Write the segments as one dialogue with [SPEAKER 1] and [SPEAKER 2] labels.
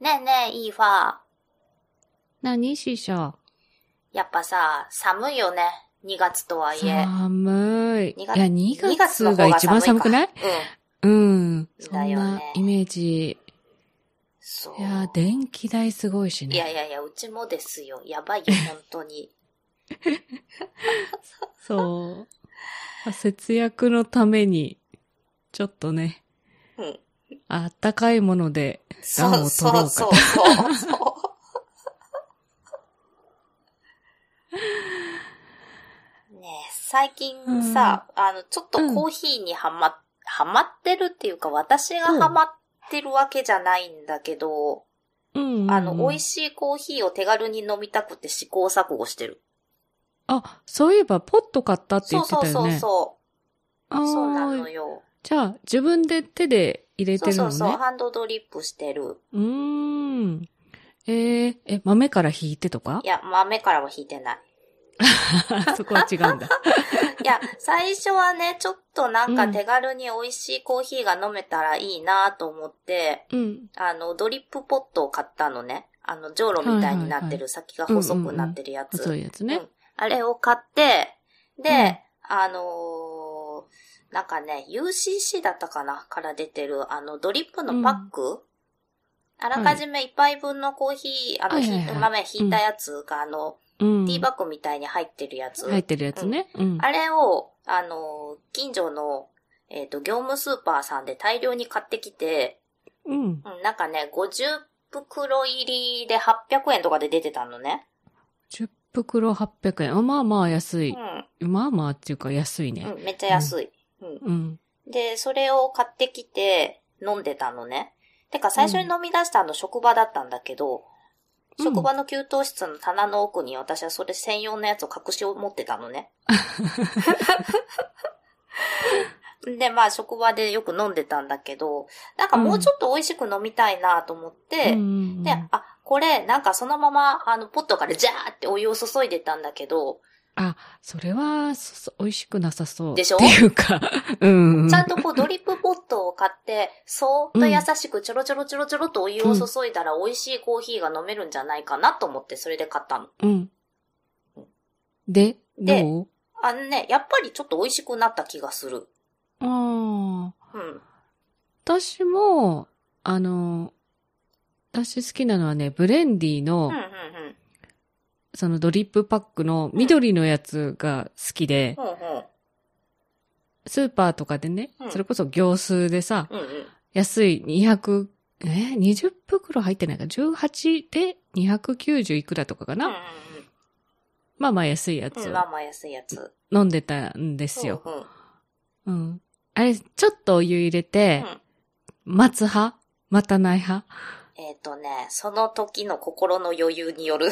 [SPEAKER 1] ね、いいファー。
[SPEAKER 2] 何師匠
[SPEAKER 1] やっぱさ、寒いよね。2月とはいえ。
[SPEAKER 2] 寒い。い
[SPEAKER 1] 二
[SPEAKER 2] や、
[SPEAKER 1] 月
[SPEAKER 2] 2
[SPEAKER 1] 2
[SPEAKER 2] 月
[SPEAKER 1] 月の方
[SPEAKER 2] が一番寒くない
[SPEAKER 1] かうん。
[SPEAKER 2] うん。そ
[SPEAKER 1] だ
[SPEAKER 2] ん
[SPEAKER 1] よ
[SPEAKER 2] な
[SPEAKER 1] ね
[SPEAKER 2] イメージ。
[SPEAKER 1] そう。
[SPEAKER 2] いやー、電気代すごいしね。
[SPEAKER 1] いやいやいや、うちもですよ。や ばいよ、本当に。
[SPEAKER 2] そうまあ。節約のために、ちょっとね、
[SPEAKER 1] うん。
[SPEAKER 2] あったかいもので暖
[SPEAKER 1] そ
[SPEAKER 2] を
[SPEAKER 1] う
[SPEAKER 2] 取ろう
[SPEAKER 1] そ
[SPEAKER 2] か
[SPEAKER 1] う
[SPEAKER 2] と
[SPEAKER 1] そう。そうそう。ねえ最近さ、あの、ちょっとコーヒーにはま、はまってるっていうか、私がはまってるわけじゃないんだけど、
[SPEAKER 2] うんうんうん
[SPEAKER 1] あの、美味しいコーヒーを手軽に飲みたくて試行錯誤してる。
[SPEAKER 2] あ、そういえばポット買ったって
[SPEAKER 1] そ
[SPEAKER 2] 言
[SPEAKER 1] う
[SPEAKER 2] って
[SPEAKER 1] そう
[SPEAKER 2] た
[SPEAKER 1] そ
[SPEAKER 2] よ
[SPEAKER 1] う
[SPEAKER 2] ね。
[SPEAKER 1] そう。そうな
[SPEAKER 2] あ
[SPEAKER 1] の
[SPEAKER 2] ー
[SPEAKER 1] よ。
[SPEAKER 2] じゃあ、自分で手で入れ
[SPEAKER 1] そ
[SPEAKER 2] て
[SPEAKER 1] う
[SPEAKER 2] るの
[SPEAKER 1] そ
[SPEAKER 2] ね。
[SPEAKER 1] うそう。ハンドドリップしてる。
[SPEAKER 2] うーん。えー、え、豆から引いてとか
[SPEAKER 1] いや、豆からは引いてない。
[SPEAKER 2] そこは違うんだ。
[SPEAKER 1] いや、最初はね、ちょっとなんか手軽に美味しいコーヒーが飲めたらいいなと思って、
[SPEAKER 2] うん。
[SPEAKER 1] あの、ドリップポットを買ったのね。あの、じょうろみたいになってる、
[SPEAKER 2] はいはいは
[SPEAKER 1] 先が細くなってるやつ。
[SPEAKER 2] そういうやつね
[SPEAKER 1] うん。あれを買って、で、あのーなんかね、UCC だったかなから出てる、あの、ドリップのパック、あらかじめ一杯分のコーヒー、あの、
[SPEAKER 2] はい
[SPEAKER 1] ひ
[SPEAKER 2] はいはい
[SPEAKER 1] 豆引いたやつが、あの、
[SPEAKER 2] うん。
[SPEAKER 1] ティーバッグみたいに入ってるやつ。
[SPEAKER 2] 入ってるやつね。うん。
[SPEAKER 1] あれを、あの、近所の、えっ、と、業務スーパーさんで大量に買ってきて、
[SPEAKER 2] うん。
[SPEAKER 1] うんなんかね、50袋入りで800円とかで出てたのね。
[SPEAKER 2] 10袋800円。あまあまあ安い。まあまあっていうか安い
[SPEAKER 1] うん、
[SPEAKER 2] ね。
[SPEAKER 1] うん、めっちゃ安い。うん。
[SPEAKER 2] うん。
[SPEAKER 1] で、それを買ってきて飲んでたのね。てか、最初に飲み出したの職場だったんだけど、
[SPEAKER 2] うん
[SPEAKER 1] 職場の給湯室の棚の奥に私はそれ専用のやつを隠しを持ってたのね。 で、まあ職場でよく飲んでたんだけど、なんかもうちょっと美味しく飲みたいなと思って、
[SPEAKER 2] うん
[SPEAKER 1] で、あ、これなんかそのままあのポットからジャーってお湯を注いでたんだけど、
[SPEAKER 2] それは、そそ美味しくなさそう。
[SPEAKER 1] でしょ
[SPEAKER 2] っていうか、 うん。
[SPEAKER 1] ちゃんとこうドリップポットを買って、そーっと優しくちょろちょろちょろちょろとお湯を注いだら美味しいコーヒーが飲めるんじゃないかなと思ってそれで買ったの。
[SPEAKER 2] うん。で、
[SPEAKER 1] で
[SPEAKER 2] どう
[SPEAKER 1] あのね、やっぱりちょっと美味しくなった気がする。
[SPEAKER 2] ああ。
[SPEAKER 1] うん。
[SPEAKER 2] 私も、あの、私好きなのはね、ブレンディの、
[SPEAKER 1] うんうんうん。
[SPEAKER 2] そのドリップパックの緑のやつが好きで、
[SPEAKER 1] ほうほ
[SPEAKER 2] スーパーとかでね、
[SPEAKER 1] うん
[SPEAKER 2] それこそ行数でさ、
[SPEAKER 1] う。うんうん。
[SPEAKER 2] 安い200、えー、20袋入ってないか、18で290いくらとかかな、
[SPEAKER 1] うんうん
[SPEAKER 2] まあまあ安い
[SPEAKER 1] う
[SPEAKER 2] や
[SPEAKER 1] んう
[SPEAKER 2] つ
[SPEAKER 1] ん。
[SPEAKER 2] を
[SPEAKER 1] まあまあ安いやつ。
[SPEAKER 2] 飲んでたんですよ。
[SPEAKER 1] うんうん。
[SPEAKER 2] うん。あれ、ちょっとお湯入れて、待つ派待たな い派
[SPEAKER 1] えっ、とね、その時の心の余裕によ る。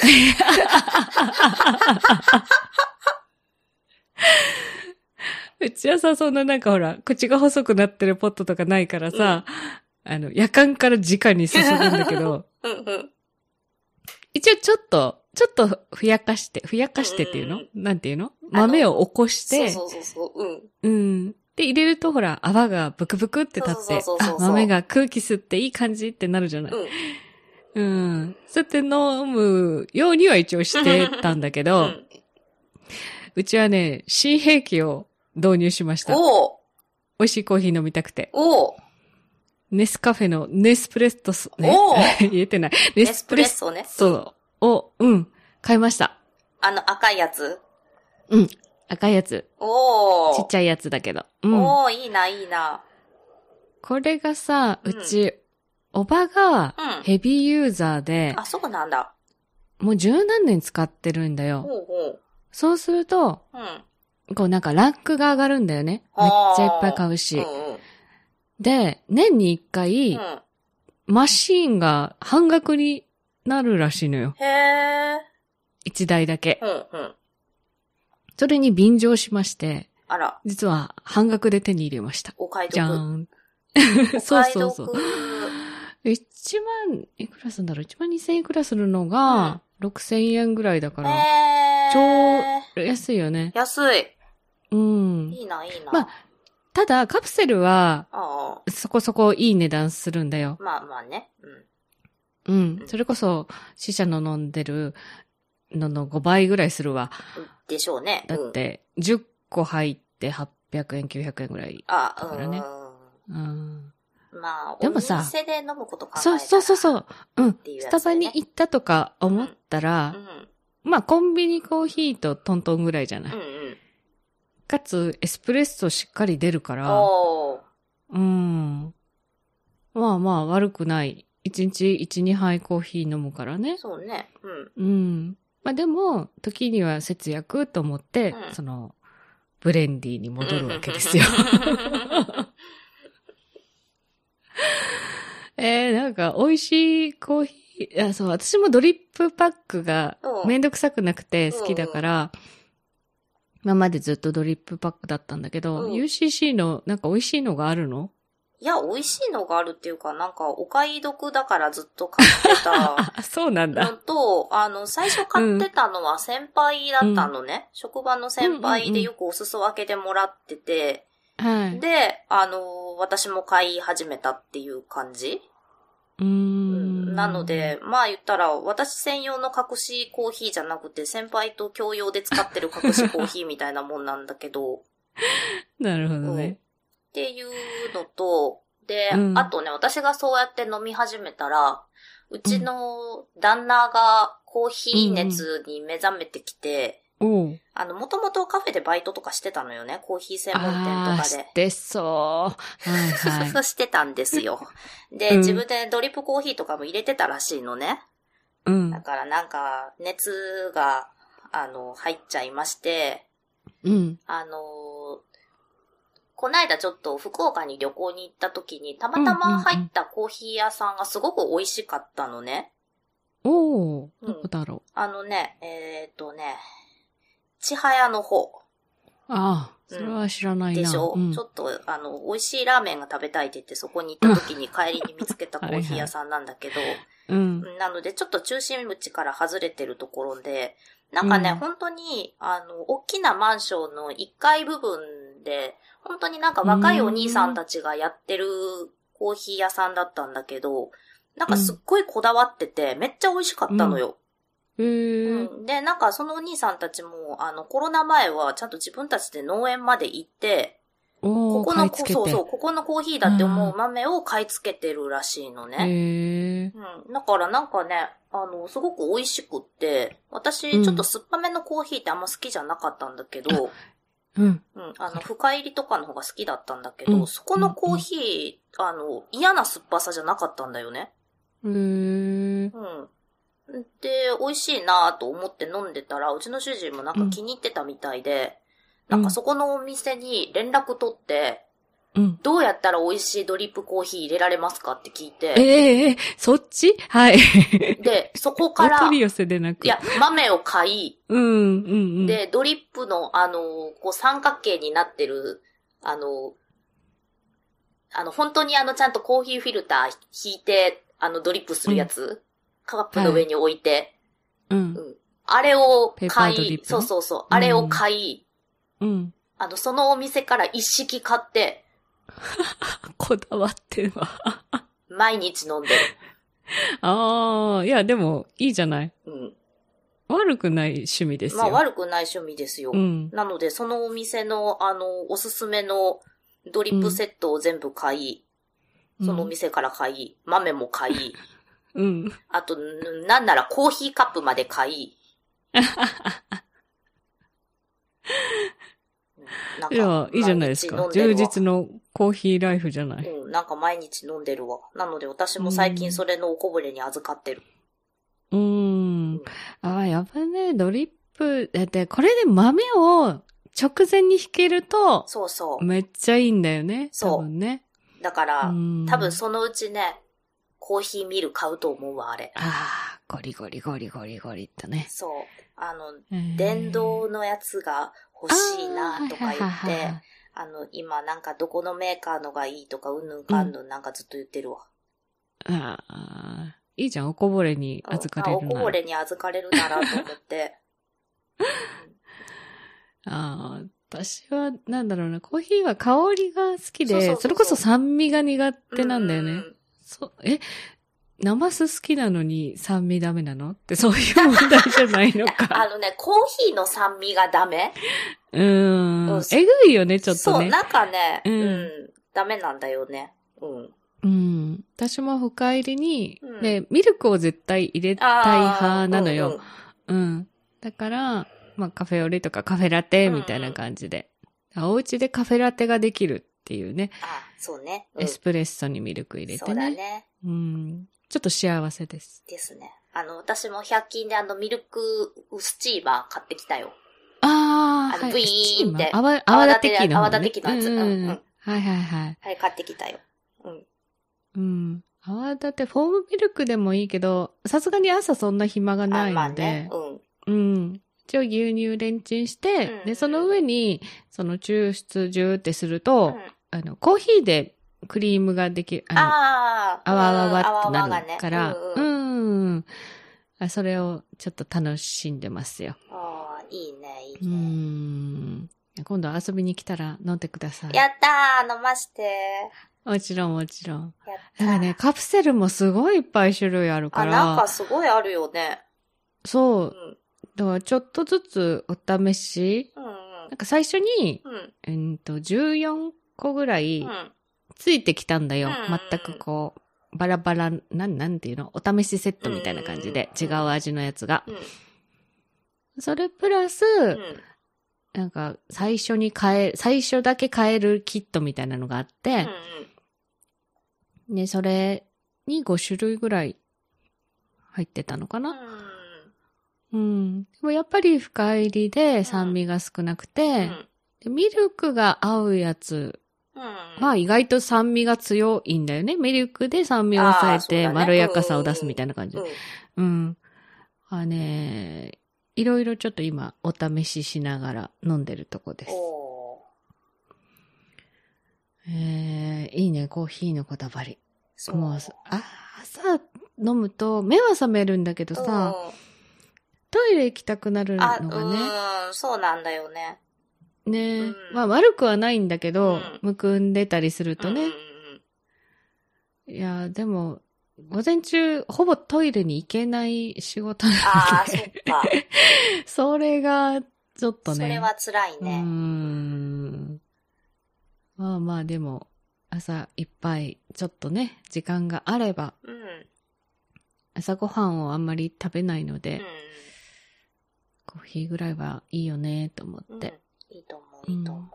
[SPEAKER 2] うちはさ、そんななんかほら、口が細くなってるポットとかないからさ、あの、夜間から直に注ぐんだけど、
[SPEAKER 1] うんうん。
[SPEAKER 2] 一応ちょっと、ちょっとふやかして、ふやかしてっていうの、
[SPEAKER 1] うんうん
[SPEAKER 2] なんていうの
[SPEAKER 1] あの
[SPEAKER 2] 豆を起こし
[SPEAKER 1] そう
[SPEAKER 2] て、
[SPEAKER 1] そうそうそう。うん。
[SPEAKER 2] うん。で、入れるとほら、泡がブクブクって立って
[SPEAKER 1] そうそう、そうそ
[SPEAKER 2] あ
[SPEAKER 1] う、そう
[SPEAKER 2] 豆が空気吸っていい感じってなるじゃない。
[SPEAKER 1] うん。
[SPEAKER 2] うん。そうやって飲むようには一応してたんだけ
[SPEAKER 1] う
[SPEAKER 2] ど、
[SPEAKER 1] ん。
[SPEAKER 2] うちはね、新兵器を導入しました。
[SPEAKER 1] おう
[SPEAKER 2] 美味しいコーヒー飲みたくて。
[SPEAKER 1] おう
[SPEAKER 2] ネスカフェのネスプレッソス、ね
[SPEAKER 1] おう、
[SPEAKER 2] 言えてない。ネ
[SPEAKER 1] エ
[SPEAKER 2] ス
[SPEAKER 1] ス
[SPEAKER 2] プ
[SPEAKER 1] プ
[SPEAKER 2] レ
[SPEAKER 1] レ
[SPEAKER 2] ッ
[SPEAKER 1] ッ
[SPEAKER 2] ソ
[SPEAKER 1] ソね。
[SPEAKER 2] を、うん、買いました。
[SPEAKER 1] あの赤いやつ。
[SPEAKER 2] 赤いやつ。
[SPEAKER 1] おお。
[SPEAKER 2] ちっち
[SPEAKER 1] ゃい。
[SPEAKER 2] ゃいやつだけど。うん。
[SPEAKER 1] おおいいな、いいな。
[SPEAKER 2] これがさ、
[SPEAKER 1] う
[SPEAKER 2] うんち、おばが
[SPEAKER 1] うん
[SPEAKER 2] ヘビーユーザーで、
[SPEAKER 1] あ、そうなんだ。
[SPEAKER 2] もう十何年使ってるんだよ。
[SPEAKER 1] ほうほ
[SPEAKER 2] そうすると、
[SPEAKER 1] う。うん。
[SPEAKER 2] こうなんかランクが上がるんだよね。めっちゃいっぱい買う
[SPEAKER 1] うん
[SPEAKER 2] し。
[SPEAKER 1] うん。
[SPEAKER 2] で、年に一回、
[SPEAKER 1] うん。
[SPEAKER 2] マシーンが半額になるらしいのよ。
[SPEAKER 1] へえ。
[SPEAKER 2] 一台だけ。
[SPEAKER 1] うんうん。
[SPEAKER 2] それに便乗しまして、
[SPEAKER 1] あら、
[SPEAKER 2] 実は半額で手に入れました。
[SPEAKER 1] お買い
[SPEAKER 2] じゃ
[SPEAKER 1] 得。
[SPEAKER 2] ーん。
[SPEAKER 1] お
[SPEAKER 2] そう
[SPEAKER 1] 買い
[SPEAKER 2] そう
[SPEAKER 1] 得。
[SPEAKER 2] そう。1万、いくらするんだろう ?1 万2000円いくらするのが、6000円ぐらいだから、
[SPEAKER 1] えー。
[SPEAKER 2] 安いよね。
[SPEAKER 1] 安い。
[SPEAKER 2] うん。
[SPEAKER 1] いいな、いいな。
[SPEAKER 2] まあただ、カプセルは、
[SPEAKER 1] ああ、
[SPEAKER 2] そこそこいい値段するんだよ。
[SPEAKER 1] まあまあね。うん。
[SPEAKER 2] うん。それこそ、死者の飲んでるのの5倍ぐらいするわ。
[SPEAKER 1] でしょうね。
[SPEAKER 2] だっ
[SPEAKER 1] うん、
[SPEAKER 2] て、10個入って800円、900円ぐらい。
[SPEAKER 1] あ、
[SPEAKER 2] だか
[SPEAKER 1] う
[SPEAKER 2] ら
[SPEAKER 1] ん。
[SPEAKER 2] ねうん。
[SPEAKER 1] まあ、
[SPEAKER 2] でもさ
[SPEAKER 1] お店で飲むこと考えた
[SPEAKER 2] そう
[SPEAKER 1] ら
[SPEAKER 2] そうそうそう。うん
[SPEAKER 1] てい。うや
[SPEAKER 2] ス
[SPEAKER 1] つだよね
[SPEAKER 2] タバに行ったとか思った
[SPEAKER 1] う
[SPEAKER 2] ら、
[SPEAKER 1] ん。
[SPEAKER 2] まあ、コンビニコーヒーとトントンぐらいじゃな
[SPEAKER 1] うん
[SPEAKER 2] い。
[SPEAKER 1] うん。
[SPEAKER 2] かつ、エスプレッソしっかり出るから、
[SPEAKER 1] おー。
[SPEAKER 2] うん。まあまあ、悪くない。1日1、2杯コーヒー飲むからね。
[SPEAKER 1] そうね。うん。
[SPEAKER 2] うん。まあでも、時には節約と思って、
[SPEAKER 1] うん
[SPEAKER 2] その、ブレンディーに戻るわけですよ。 えー、なんか、美味しいコーヒー、あ、そう、私もドリップパックが
[SPEAKER 1] うん
[SPEAKER 2] めんどくさくなくて好きだから、今までずっとドリップパックだったんだけど、
[SPEAKER 1] うん
[SPEAKER 2] UCC の、なんか美味しいのがあるの
[SPEAKER 1] いや、美味しいのがあるっていうか、なんか、お買い得だからずっと買ってた
[SPEAKER 2] あ、そうなんだ。
[SPEAKER 1] のと、あの、最初買ってたのは先輩だったのね。職場の先輩でよくお裾分けでもらってて、
[SPEAKER 2] はい。
[SPEAKER 1] で、あの、私も買い始めたっていう感じ。
[SPEAKER 2] うーん。
[SPEAKER 1] なの、で、まあ言ったら、私専用の隠しコーヒーじゃなくて、先輩と共用で使ってる隠しコーヒーみたいなもんなんだけど、
[SPEAKER 2] なるほど
[SPEAKER 1] うん
[SPEAKER 2] ね。
[SPEAKER 1] っていうのと、で、
[SPEAKER 2] うん
[SPEAKER 1] あとね、私がそうやって飲み始めたら、うちの旦那がコーヒー熱に目覚めてきて、
[SPEAKER 2] おう。
[SPEAKER 1] あの、もともとカフェでバイトとかしてたのよね、コーヒー専門
[SPEAKER 2] ああー、
[SPEAKER 1] 店とかで
[SPEAKER 2] し。てそう。はい はい。
[SPEAKER 1] そうしてたんです よ。で、
[SPEAKER 2] うん
[SPEAKER 1] 自分でドリップコーヒーとかも入れてたらしいのね。
[SPEAKER 2] うん
[SPEAKER 1] だ。からなんか、熱が、あの、入っちゃいまして、
[SPEAKER 2] うん。
[SPEAKER 1] あのーこないだちょっと福岡に旅行に行った時に、たまたま入ったコーヒー屋さんがすごく美味しかったのね。
[SPEAKER 2] おお、
[SPEAKER 1] うん
[SPEAKER 2] どこだろう。
[SPEAKER 1] あのね、えっ、とね、千早の方
[SPEAKER 2] ああ、それは知らないな。
[SPEAKER 1] でしょ、
[SPEAKER 2] うん
[SPEAKER 1] ちょっと、あの、美味しいラーメンが食べたいって言って、そこに行った時に帰りに見つ けたコーヒー屋さんなんだけど、
[SPEAKER 2] うん。
[SPEAKER 1] なので、ちょっと中心地から外れてるところで、なんかね、
[SPEAKER 2] うん
[SPEAKER 1] 本当に、あの、大きなマンションの1階部分で、本当になんか若いお兄さんたちがやってるコーヒー屋さんだったんだけど、なんかすっごいこだわってて、めっちゃ美味しかったのよ。
[SPEAKER 2] へえ。
[SPEAKER 1] うんで、なんかそのお兄さんたちも、あの、コロナ前はちゃんと自分たちで農園まで行って、
[SPEAKER 2] お
[SPEAKER 1] こ
[SPEAKER 2] お、
[SPEAKER 1] こ
[SPEAKER 2] 買
[SPEAKER 1] の、
[SPEAKER 2] い付けて。
[SPEAKER 1] そうそう、ここのコーヒーだって思う豆を買い付けてるらしいのね。
[SPEAKER 2] へえ。
[SPEAKER 1] うん。だからなんかね、あの、すごく美味しくって、私、
[SPEAKER 2] うん
[SPEAKER 1] ちょっと酸っぱめのコーヒーってあんま好きじゃなかったんだけど、
[SPEAKER 2] うん。
[SPEAKER 1] うん、あの、深入りとかの方が好きだったんだけど、
[SPEAKER 2] うん
[SPEAKER 1] そこのコーヒー、あの、嫌な酸っぱさじゃなかったんだよね。
[SPEAKER 2] へえ。
[SPEAKER 1] うん。で、美味しいなぁと思って飲んでたら、うちの主人もなんか気に入ってたみたいで、
[SPEAKER 2] うん
[SPEAKER 1] なんかそこのお店に連絡取って、
[SPEAKER 2] うん。
[SPEAKER 1] どうやったら美味しいドリップコーヒー入れられますかって聞い
[SPEAKER 2] え
[SPEAKER 1] て、
[SPEAKER 2] えええ、そっちはい。
[SPEAKER 1] で、そこ
[SPEAKER 2] お
[SPEAKER 1] から、
[SPEAKER 2] 取り
[SPEAKER 1] い
[SPEAKER 2] 寄せでなく。
[SPEAKER 1] や、豆を買い、
[SPEAKER 2] うん、うん、うん。
[SPEAKER 1] で、ドリップの、あのーこう三角形になってる、あのーあの、本当にあの、ちゃんとコーヒーフィルター引いて、あの、ドリップするやつ、カップの上に置いて、
[SPEAKER 2] うん、
[SPEAKER 1] あれを
[SPEAKER 2] ペーパ
[SPEAKER 1] 買
[SPEAKER 2] ードリッ
[SPEAKER 1] い
[SPEAKER 2] プ、ね
[SPEAKER 1] そうそうそう、あれを買い、
[SPEAKER 2] うん。
[SPEAKER 1] あの、そのお店から一式買って、
[SPEAKER 2] こだわってるわ。
[SPEAKER 1] 毎日飲んでる。
[SPEAKER 2] ああ、いや、でも、いいじゃない。
[SPEAKER 1] うん。
[SPEAKER 2] 悪くない趣味ですよ。
[SPEAKER 1] まあ、悪くない趣味ですよ。
[SPEAKER 2] うん。
[SPEAKER 1] なので、そのお店の、あの、おすすめのドリップセットを全部買い、そのお店から買い、豆も買い、
[SPEAKER 2] うん。
[SPEAKER 1] あと、んなんならコーヒーカップまで買 い。ない
[SPEAKER 2] や、いいじゃないですか。充実
[SPEAKER 1] の。
[SPEAKER 2] のコーヒーライフじゃない。
[SPEAKER 1] うん、なんか毎日飲んでるわ。なので私も最近それのおこぼれに預かってる。
[SPEAKER 2] うーん。ああ、やばいね。ドリップ。だって、これで豆を直前に引けると、
[SPEAKER 1] そうそう。
[SPEAKER 2] めっちゃいいんだよね。
[SPEAKER 1] そう
[SPEAKER 2] 多分ね。
[SPEAKER 1] だから、
[SPEAKER 2] うん
[SPEAKER 1] 多分そのうちね、コーヒーミル買うと思うわ、あれ。
[SPEAKER 2] ああ、ゴリゴリゴリゴリゴリっとね。
[SPEAKER 1] そう。あの、
[SPEAKER 2] えー
[SPEAKER 1] 電動のやつが欲しいな、とか言っ
[SPEAKER 2] あーはいはいはいは
[SPEAKER 1] て
[SPEAKER 2] い、
[SPEAKER 1] あの、今なんかどこのメーカーのがいいとか、うんぬんかんぬんなんかずっと言ってるわ。
[SPEAKER 2] ああ、いいじゃん。おこぼれに預かれ
[SPEAKER 1] あ
[SPEAKER 2] る
[SPEAKER 1] おこ
[SPEAKER 2] な
[SPEAKER 1] ぼ
[SPEAKER 2] ら。
[SPEAKER 1] れに預かれるならと思って。
[SPEAKER 2] ああ、私は、なんだろうな。コーヒーは香りが好き
[SPEAKER 1] そうそうそう
[SPEAKER 2] で、
[SPEAKER 1] そう
[SPEAKER 2] それこそ酸味が苦手なんだよね。
[SPEAKER 1] うん
[SPEAKER 2] そう、え、ナマス好きなのに酸味ダメなのってそういう問題じゃないの
[SPEAKER 1] あ
[SPEAKER 2] か。
[SPEAKER 1] のね、コーヒーの酸味がダメ
[SPEAKER 2] うー
[SPEAKER 1] うんん。
[SPEAKER 2] えぐいよね、ちょっと
[SPEAKER 1] そう、
[SPEAKER 2] ね。
[SPEAKER 1] なんかね、
[SPEAKER 2] う
[SPEAKER 1] うんん、ダメなんだよね。うん。
[SPEAKER 2] うん。私も深入りに、
[SPEAKER 1] うん
[SPEAKER 2] で、ミルクを絶対入れたい派なのよ。
[SPEAKER 1] うんうん
[SPEAKER 2] うん。だから、まあカフェオレとかカフェラテみたいな感じで。お家でカフェラテができるっていうね。
[SPEAKER 1] あ、そうね。うん
[SPEAKER 2] エスプレッソにミルク入れ
[SPEAKER 1] そ
[SPEAKER 2] て
[SPEAKER 1] うだ
[SPEAKER 2] ね。
[SPEAKER 1] ね。
[SPEAKER 2] うん。ちょっと幸せです。
[SPEAKER 1] ですね。あの、私も100均であの、ミルクスチーマー買ってきたよ。
[SPEAKER 2] ああ、
[SPEAKER 1] あのブイーン
[SPEAKER 2] スチマ
[SPEAKER 1] って
[SPEAKER 2] 泡泡立て器の方ね、
[SPEAKER 1] 泡立て器のやつ
[SPEAKER 2] うんうん
[SPEAKER 1] うんうん
[SPEAKER 2] はいはいはい。
[SPEAKER 1] はい、買ってきたよ。うん。
[SPEAKER 2] うん。泡立て、フォームミルクでもいいけど、さすがに朝そんな暇がな
[SPEAKER 1] あ
[SPEAKER 2] い
[SPEAKER 1] まあ
[SPEAKER 2] ので、
[SPEAKER 1] ね。うん。
[SPEAKER 2] うん。一応牛乳レンチンして、
[SPEAKER 1] うん
[SPEAKER 2] で、その上に、その抽出ジューってすると、
[SPEAKER 1] うん
[SPEAKER 2] あの、コーヒーでクリームができる、あの、
[SPEAKER 1] ああ、
[SPEAKER 2] あわわわって
[SPEAKER 1] うんあ
[SPEAKER 2] なるから、
[SPEAKER 1] わわがね
[SPEAKER 2] う
[SPEAKER 1] うんうん
[SPEAKER 2] んあ。それをちょっと楽しんでますよ。
[SPEAKER 1] あーいいね、いういね。
[SPEAKER 2] ん。今度遊びに来たら飲んでください。
[SPEAKER 1] やったー飲まして。
[SPEAKER 2] もちろんもちろん。
[SPEAKER 1] やっ
[SPEAKER 2] だ
[SPEAKER 1] た
[SPEAKER 2] からね、カプセルもすごいいっぱい種類あるか、
[SPEAKER 1] あ、なんからすごいあるよね。
[SPEAKER 2] そうう、
[SPEAKER 1] ん。
[SPEAKER 2] だからちょっとずつお試し、
[SPEAKER 1] うん
[SPEAKER 2] なんか最初に、
[SPEAKER 1] うん。うん。
[SPEAKER 2] うんと、14個ぐらい
[SPEAKER 1] うん。
[SPEAKER 2] ついてきたんだ
[SPEAKER 1] う
[SPEAKER 2] よ。
[SPEAKER 1] ん
[SPEAKER 2] 全くこう、バラバラ、なん、なんていうのお試しセットみたいな感じで、
[SPEAKER 1] う
[SPEAKER 2] 違
[SPEAKER 1] ん
[SPEAKER 2] う味のやつが。
[SPEAKER 1] うん。
[SPEAKER 2] それプラス、
[SPEAKER 1] うん。
[SPEAKER 2] なんか、最初に買え、最初だけ買えるキットみたいなのがあっ
[SPEAKER 1] うん
[SPEAKER 2] て、ね、それに5種類ぐらい入ってたのか
[SPEAKER 1] う
[SPEAKER 2] な、
[SPEAKER 1] ん。
[SPEAKER 2] うん。でもやっぱり深入りで酸味が少なく
[SPEAKER 1] う
[SPEAKER 2] て、
[SPEAKER 1] ん。
[SPEAKER 2] でミルクが合うやつ
[SPEAKER 1] うん。
[SPEAKER 2] は意外と酸味が強いんだよね。ミルクで酸味を抑え
[SPEAKER 1] あーそう
[SPEAKER 2] て
[SPEAKER 1] だね
[SPEAKER 2] まろやかさを出すみたいな感じ
[SPEAKER 1] う。ん。
[SPEAKER 2] うん。あね、いろいろちょっと今お試ししながら飲んでるとこです。
[SPEAKER 1] おー
[SPEAKER 2] えー、いいね、コーヒーのこだわり。
[SPEAKER 1] そ
[SPEAKER 2] もう、あ、朝飲むと目は覚めるんだけどさ、トイレ行きたくなる
[SPEAKER 1] うんあ、
[SPEAKER 2] のがね。
[SPEAKER 1] うん、そうなんだよね。
[SPEAKER 2] ね、
[SPEAKER 1] うん
[SPEAKER 2] まあ悪くはないんだけど、
[SPEAKER 1] うん
[SPEAKER 2] むくんでたりすると
[SPEAKER 1] うん
[SPEAKER 2] ね。いや、でも、午前中、ほぼトイレに行けない仕事な
[SPEAKER 1] ああ、
[SPEAKER 2] の
[SPEAKER 1] そっ
[SPEAKER 2] で、
[SPEAKER 1] か。
[SPEAKER 2] それが、ちょっと
[SPEAKER 1] そ
[SPEAKER 2] ね。
[SPEAKER 1] れは辛いう
[SPEAKER 2] ー
[SPEAKER 1] ね。
[SPEAKER 2] ん。まあまあ、でも、朝いっぱい、ちょっとね、時間があれば、
[SPEAKER 1] うん。
[SPEAKER 2] 朝ごはんをあんまり食べないので、
[SPEAKER 1] う
[SPEAKER 2] コーヒーぐらいはいいよね、と思
[SPEAKER 1] ん。
[SPEAKER 2] っ
[SPEAKER 1] うん
[SPEAKER 2] て。。
[SPEAKER 1] いいと思う、いいと思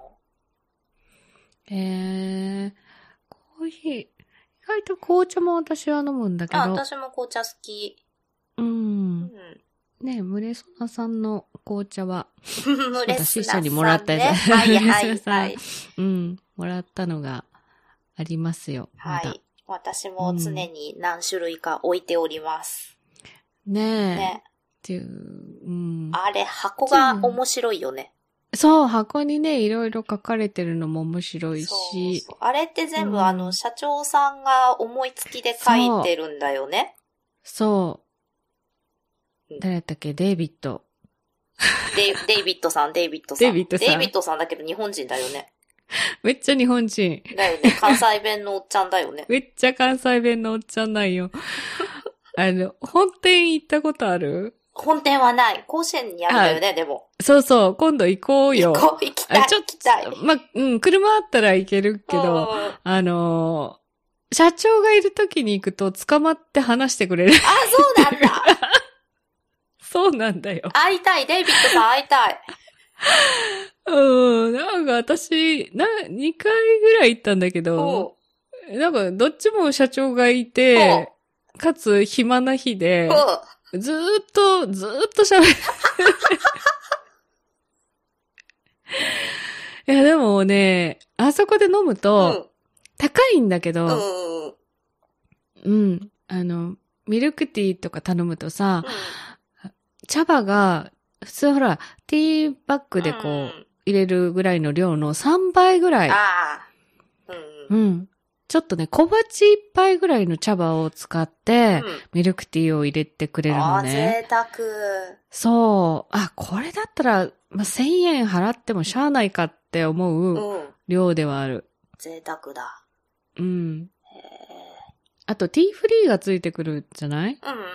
[SPEAKER 2] えー、コーヒー、意外と紅茶も私は飲むんだ
[SPEAKER 1] う。
[SPEAKER 2] け
[SPEAKER 1] あ、
[SPEAKER 2] ど、
[SPEAKER 1] 私も紅茶好き。
[SPEAKER 2] う。
[SPEAKER 1] うん ん。
[SPEAKER 2] ねムレソナさんの紅茶は、
[SPEAKER 1] ムレス
[SPEAKER 2] 私
[SPEAKER 1] ナ
[SPEAKER 2] 一
[SPEAKER 1] さ
[SPEAKER 2] 緒
[SPEAKER 1] ん、
[SPEAKER 2] に
[SPEAKER 1] ね。
[SPEAKER 2] もらったやつ
[SPEAKER 1] はいはい
[SPEAKER 2] ムレスナ
[SPEAKER 1] は
[SPEAKER 2] さ
[SPEAKER 1] い。
[SPEAKER 2] うん、もらったのがありますよ。ま
[SPEAKER 1] は
[SPEAKER 2] だ
[SPEAKER 1] い。私も常に何種類か置いております。
[SPEAKER 2] ねえ。
[SPEAKER 1] ね。
[SPEAKER 2] っていう、うん。
[SPEAKER 1] あれ、箱が面白いよね。
[SPEAKER 2] そう、箱にね、いろいろ書かれてるのも面白い
[SPEAKER 1] そう
[SPEAKER 2] し、
[SPEAKER 1] そう。あれって全部、
[SPEAKER 2] うん
[SPEAKER 1] あの、社長さんが思いつきで書いてるんだよね。
[SPEAKER 2] そう
[SPEAKER 1] うん
[SPEAKER 2] 誰だったっけ、デイビッド。
[SPEAKER 1] デイデイビッドさん、デイビッドさん。
[SPEAKER 2] デイビッドさん
[SPEAKER 1] デイビッドさんだけど日本人だよね。
[SPEAKER 2] めっちゃ日本人。
[SPEAKER 1] だよ ね。関西弁のおっちゃんだよね。
[SPEAKER 2] めっちゃ関西弁のおっちゃんなんよ。 あの、本店行ったことある
[SPEAKER 1] 本店はない。甲子園にあるんだよね、でも。
[SPEAKER 2] そうそう、今度行こうよ。
[SPEAKER 1] 行こう、行きたい。
[SPEAKER 2] あちょっ
[SPEAKER 1] 行きたい。
[SPEAKER 2] と、ま、うん、車あったら行けるけど、
[SPEAKER 1] うん
[SPEAKER 2] あのー社長がいる時に行くと捕まって話してくれる。
[SPEAKER 1] あ、そうなんだ。
[SPEAKER 2] そうなんだよ。
[SPEAKER 1] 会いたい、デイビッドさん会いたい。
[SPEAKER 2] うん、なんか私、な、2回ぐらい行ったんだけ
[SPEAKER 1] お
[SPEAKER 2] ど
[SPEAKER 1] う、
[SPEAKER 2] なんかどっちも社長がい
[SPEAKER 1] おう
[SPEAKER 2] て、かつ暇な日で、
[SPEAKER 1] おう
[SPEAKER 2] ずーっと、ずーっと喋る。 いや、でもね、あそこで飲むと、高いんだけ
[SPEAKER 1] うん。うん
[SPEAKER 2] ど、
[SPEAKER 1] うんうん。
[SPEAKER 2] うん、あの、ミルクティーとか頼むとさ、茶葉が、普通ほら、ティーバッグでこう、
[SPEAKER 1] ん
[SPEAKER 2] 入れるぐらいの量の3倍ぐらい。
[SPEAKER 1] ああ。うんう。
[SPEAKER 2] うんん。ちょっとね、小鉢一杯ぐらいの茶葉を使って、ミルクティーを入れてくれ
[SPEAKER 1] うん
[SPEAKER 2] る
[SPEAKER 1] あ
[SPEAKER 2] の
[SPEAKER 1] あ、
[SPEAKER 2] ね。
[SPEAKER 1] 贅沢。
[SPEAKER 2] そう。あ、これだったら、まあ、1000円払ってもしゃあないかって思う
[SPEAKER 1] うん。
[SPEAKER 2] 量ではある。
[SPEAKER 1] 贅沢だ。
[SPEAKER 2] うん。
[SPEAKER 1] へえ
[SPEAKER 2] あと、ティーフリーがついてくるじゃない
[SPEAKER 1] うんうん。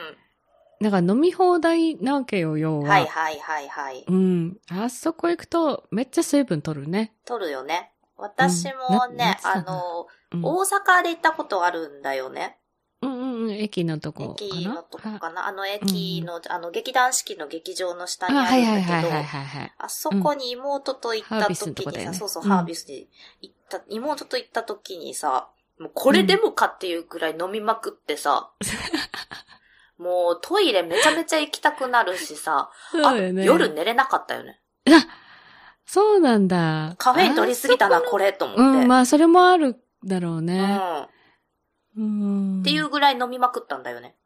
[SPEAKER 2] だから飲み放題なわけよ、要は。
[SPEAKER 1] はいはいはいはい。
[SPEAKER 2] うん。あそこ行くと、めっちゃ水分取るね。
[SPEAKER 1] 取るよね。私も
[SPEAKER 2] うんな
[SPEAKER 1] ね
[SPEAKER 2] 夏、だ
[SPEAKER 1] あ
[SPEAKER 2] な
[SPEAKER 1] の、
[SPEAKER 2] うん、
[SPEAKER 1] 大阪で行ったことあるんだよね。
[SPEAKER 2] うんうんうん、駅のとこかな。
[SPEAKER 1] 駅のとこ
[SPEAKER 2] あ
[SPEAKER 1] かな。あの駅の、あの劇団四季の劇場の下に
[SPEAKER 2] あ、
[SPEAKER 1] あ
[SPEAKER 2] はいはい
[SPEAKER 1] るん
[SPEAKER 2] はい
[SPEAKER 1] だけ
[SPEAKER 2] はい
[SPEAKER 1] ど、
[SPEAKER 2] はいはい。
[SPEAKER 1] あそこに妹と行った
[SPEAKER 2] ハービスのと
[SPEAKER 1] 時
[SPEAKER 2] こ
[SPEAKER 1] に
[SPEAKER 2] だ
[SPEAKER 1] さ、
[SPEAKER 2] よね
[SPEAKER 1] そうそう、
[SPEAKER 2] うん
[SPEAKER 1] ハービスに行った、妹と行った時にさ、もうこれでもかっていうぐらい飲みまくって さ、もうトイレめちゃめちゃ行きたくなるしさ、あ
[SPEAKER 2] そうよね。
[SPEAKER 1] 夜寝れなかったよね。
[SPEAKER 2] そうなんだ。
[SPEAKER 1] カフェイン取りすぎたな、
[SPEAKER 2] あそ
[SPEAKER 1] これ、と思っ
[SPEAKER 2] こ
[SPEAKER 1] て。
[SPEAKER 2] うん、まあ、それもあるだろうね。
[SPEAKER 1] うんっ
[SPEAKER 2] うん。
[SPEAKER 1] ていう。ぐらい飲みまくったんだよね。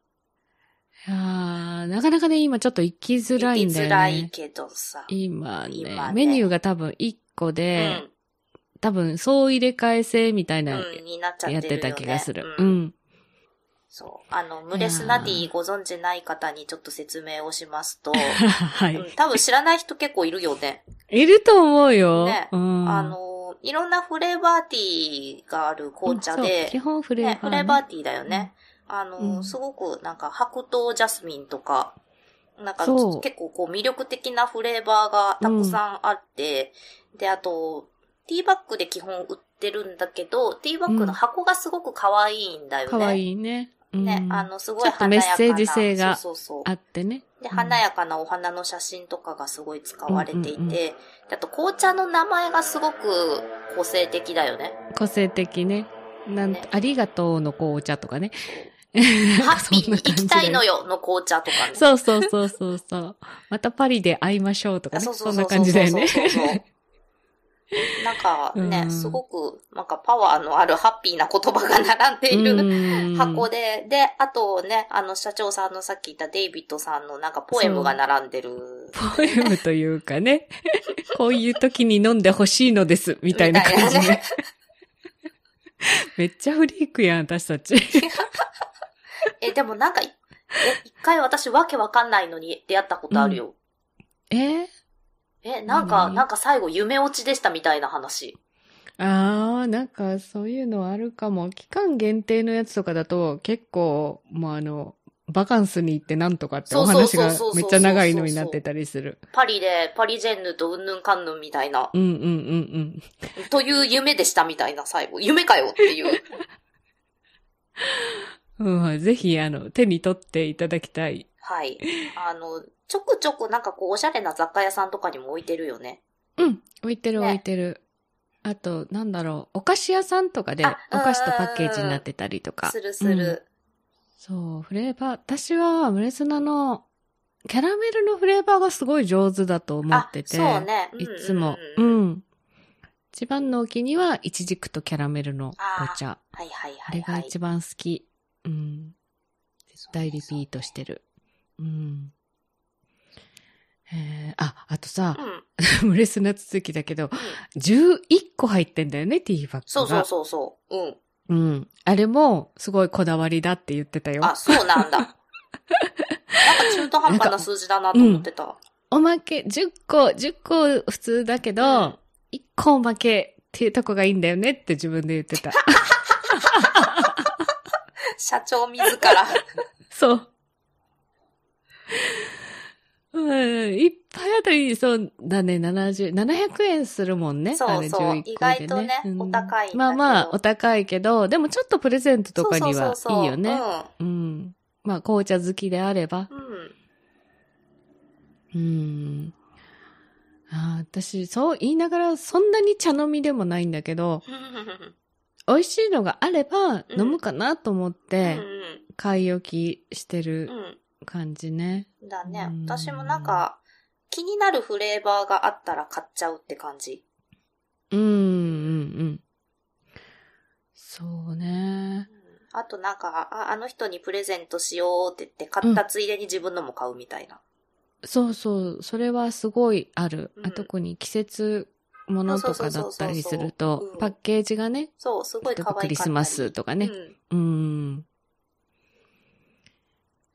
[SPEAKER 2] いやーなかなかね、今ちょっと行きづらいんだよ
[SPEAKER 1] 行きづ
[SPEAKER 2] ね。
[SPEAKER 1] らいけどさ。
[SPEAKER 2] 今ね
[SPEAKER 1] 今ね
[SPEAKER 2] メニューが多分1個
[SPEAKER 1] う
[SPEAKER 2] で、
[SPEAKER 1] ん。
[SPEAKER 2] 多分総入れ替え制みたいな、
[SPEAKER 1] うん、になっちゃってるよ、
[SPEAKER 2] やっ
[SPEAKER 1] ね。
[SPEAKER 2] てた気がする。
[SPEAKER 1] う
[SPEAKER 2] うんん。
[SPEAKER 1] そう。あの、ムレスナディご存知ない方にちょっと説明をします と、
[SPEAKER 2] は
[SPEAKER 1] うん
[SPEAKER 2] い。
[SPEAKER 1] 多分知らない人結構いるよね。
[SPEAKER 2] いると思うよ。
[SPEAKER 1] ね
[SPEAKER 2] うん。
[SPEAKER 1] あの、いろんなフレーバーティーがある紅茶
[SPEAKER 2] うんそう基
[SPEAKER 1] で、
[SPEAKER 2] 本フレーバ
[SPEAKER 1] ね、
[SPEAKER 2] ー、
[SPEAKER 1] フレーバーティーだよね。あの、
[SPEAKER 2] うん
[SPEAKER 1] すごくなんか白桃ジャスミンとか、なんか
[SPEAKER 2] そう
[SPEAKER 1] 結構こう魅力的なフレーバーがたくさんあって、で、あと、ティーバッグで基本売ってるんだけど、ティーバッグの箱がすごく可愛いんだよね。
[SPEAKER 2] かわいいね。うん
[SPEAKER 1] ね、あの、すご
[SPEAKER 2] ち
[SPEAKER 1] い
[SPEAKER 2] ょっと
[SPEAKER 1] 華
[SPEAKER 2] メ
[SPEAKER 1] や
[SPEAKER 2] ッ
[SPEAKER 1] かな。
[SPEAKER 2] セージ性が
[SPEAKER 1] そうそうそ
[SPEAKER 2] あってね。
[SPEAKER 1] う。で、
[SPEAKER 2] うん
[SPEAKER 1] 華やかなお花の写真とかがすごい使われていて、
[SPEAKER 2] うんうんうん
[SPEAKER 1] であと紅茶の名前がすごく個性的だよ ね。
[SPEAKER 2] 個性的ね。なんと
[SPEAKER 1] ね
[SPEAKER 2] ありがとうの紅茶とかね。
[SPEAKER 1] ハッピーに行きたいの
[SPEAKER 2] よ。
[SPEAKER 1] よの紅茶とかね。
[SPEAKER 2] そうそうそうそうそう。 またパリで会いましょうとか
[SPEAKER 1] あ
[SPEAKER 2] ね。
[SPEAKER 1] そうそ
[SPEAKER 2] そ
[SPEAKER 1] うんそ
[SPEAKER 2] な
[SPEAKER 1] う
[SPEAKER 2] 感じだよね。
[SPEAKER 1] そうそうそうそう なんかね、
[SPEAKER 2] うん
[SPEAKER 1] すごく、なんかパワーのあるハッピーな言葉が並んでいる。
[SPEAKER 2] うん
[SPEAKER 1] 箱で、で、あとね、あの、社長さんのさっき言ったデイビッドさんのなんかポエムが並んでる。
[SPEAKER 2] ポエムというかね、こういう時に飲んでほしいのです、みたいな感じ
[SPEAKER 1] みたいな
[SPEAKER 2] ね。めっちゃフリークやん、私たち。
[SPEAKER 1] え、でもなんかい、え、一回私わけわかんないのに出会ったことあるよ。
[SPEAKER 2] えー
[SPEAKER 1] え、なんか、
[SPEAKER 2] 何
[SPEAKER 1] なんか最後夢落ちでしたみたいな話。
[SPEAKER 2] ああ、なんかそういうのあるかも。期間限定のやつとかだと結構、もうあの、バカンスに行ってなんとかってお話
[SPEAKER 1] そうそうそう
[SPEAKER 2] が
[SPEAKER 1] そうそう
[SPEAKER 2] めっちゃ長いのになってたりする。
[SPEAKER 1] パリで、パリジェンヌとうんぬんかんぬんみたいな
[SPEAKER 2] う、んうんうん
[SPEAKER 1] という夢でしたみたいな最後。夢かよって いう。
[SPEAKER 2] うん。うん、ぜひ、あの、手に取っていただきたい。
[SPEAKER 1] はい。あの、ちょくちょくなんかこう、おしゃれな雑貨屋さんとかにも置いてるよね。
[SPEAKER 2] うん、置いてる
[SPEAKER 1] ね
[SPEAKER 2] 置いてる。あと、なんだろう、お菓子屋さんとかで
[SPEAKER 1] あ
[SPEAKER 2] お菓子とパッケージになってたりとか。
[SPEAKER 1] するする。
[SPEAKER 2] そう、フレーバー、私はムレスナのキャラメルのフレーバーがすごい上手だと思
[SPEAKER 1] あ
[SPEAKER 2] っ、てて、
[SPEAKER 1] そうね。
[SPEAKER 2] いつも、
[SPEAKER 1] う
[SPEAKER 2] うん
[SPEAKER 1] うんうん。
[SPEAKER 2] ん。一番のお気には、イチジクとキャラメルの紅茶。
[SPEAKER 1] はいはい
[SPEAKER 2] あ
[SPEAKER 1] はい
[SPEAKER 2] れ
[SPEAKER 1] は
[SPEAKER 2] が
[SPEAKER 1] い
[SPEAKER 2] 一。番好き。うん。絶対リピートしてる。うん。えー、あ、あとさ
[SPEAKER 1] う、ん。
[SPEAKER 2] ムレスナ続きだけど、11個入ってんだよね、ティーバッグが。
[SPEAKER 1] そうそうそうそう。うん。
[SPEAKER 2] う。ん。あれも、すごいこだわりだって言ってたよ。
[SPEAKER 1] あ、そうなんだ。なんか中途半端な数字だなと思ってた。
[SPEAKER 2] おまけ、10個、10個普通だけど、
[SPEAKER 1] うん
[SPEAKER 2] 1個おまけっていうとこがいいんだよねって自分で言って た。
[SPEAKER 1] 社長自ら。
[SPEAKER 2] そう。うん、一杯あたり、そうだね、70、700円するもんね。
[SPEAKER 1] そうそう
[SPEAKER 2] あれ11個でね、
[SPEAKER 1] 意外とね
[SPEAKER 2] うん
[SPEAKER 1] お高いんだけど
[SPEAKER 2] まあまあ、お高いけど、でもちょっとプレゼン トとかにはいいよね。
[SPEAKER 1] そ
[SPEAKER 2] うん。まあ、紅茶好きであれば。
[SPEAKER 1] うそうそう。うん。うん。
[SPEAKER 2] うん。あー私、そう言いながら、そんなに茶飲みでもないんだけど、美味しいのがあれば、
[SPEAKER 1] うん
[SPEAKER 2] 飲むかなと思っ
[SPEAKER 1] う
[SPEAKER 2] て、
[SPEAKER 1] ん
[SPEAKER 2] 買い置きして
[SPEAKER 1] う
[SPEAKER 2] る
[SPEAKER 1] ん。
[SPEAKER 2] 感じね。
[SPEAKER 1] うん。だね
[SPEAKER 2] う。ん
[SPEAKER 1] 私もなんか、気になるフレーバーがあったら買っちゃうって感じ。
[SPEAKER 2] うん、うん、うん。そうね。
[SPEAKER 1] あとなんか、ああの人にプレゼントしようって言って、買ったついでに自分のも買うみたいな。
[SPEAKER 2] そうそう、それはすごいある。
[SPEAKER 1] うん
[SPEAKER 2] あ特に季節ものとかだったり
[SPEAKER 1] そうそうそう
[SPEAKER 2] する
[SPEAKER 1] そうそう
[SPEAKER 2] と
[SPEAKER 1] うん、
[SPEAKER 2] パッケージがね、
[SPEAKER 1] そう、すご
[SPEAKER 2] 例
[SPEAKER 1] い可
[SPEAKER 2] え
[SPEAKER 1] 愛
[SPEAKER 2] ば
[SPEAKER 1] かった
[SPEAKER 2] ク
[SPEAKER 1] り
[SPEAKER 2] リスマスとかね
[SPEAKER 1] う、ん。
[SPEAKER 2] うーん。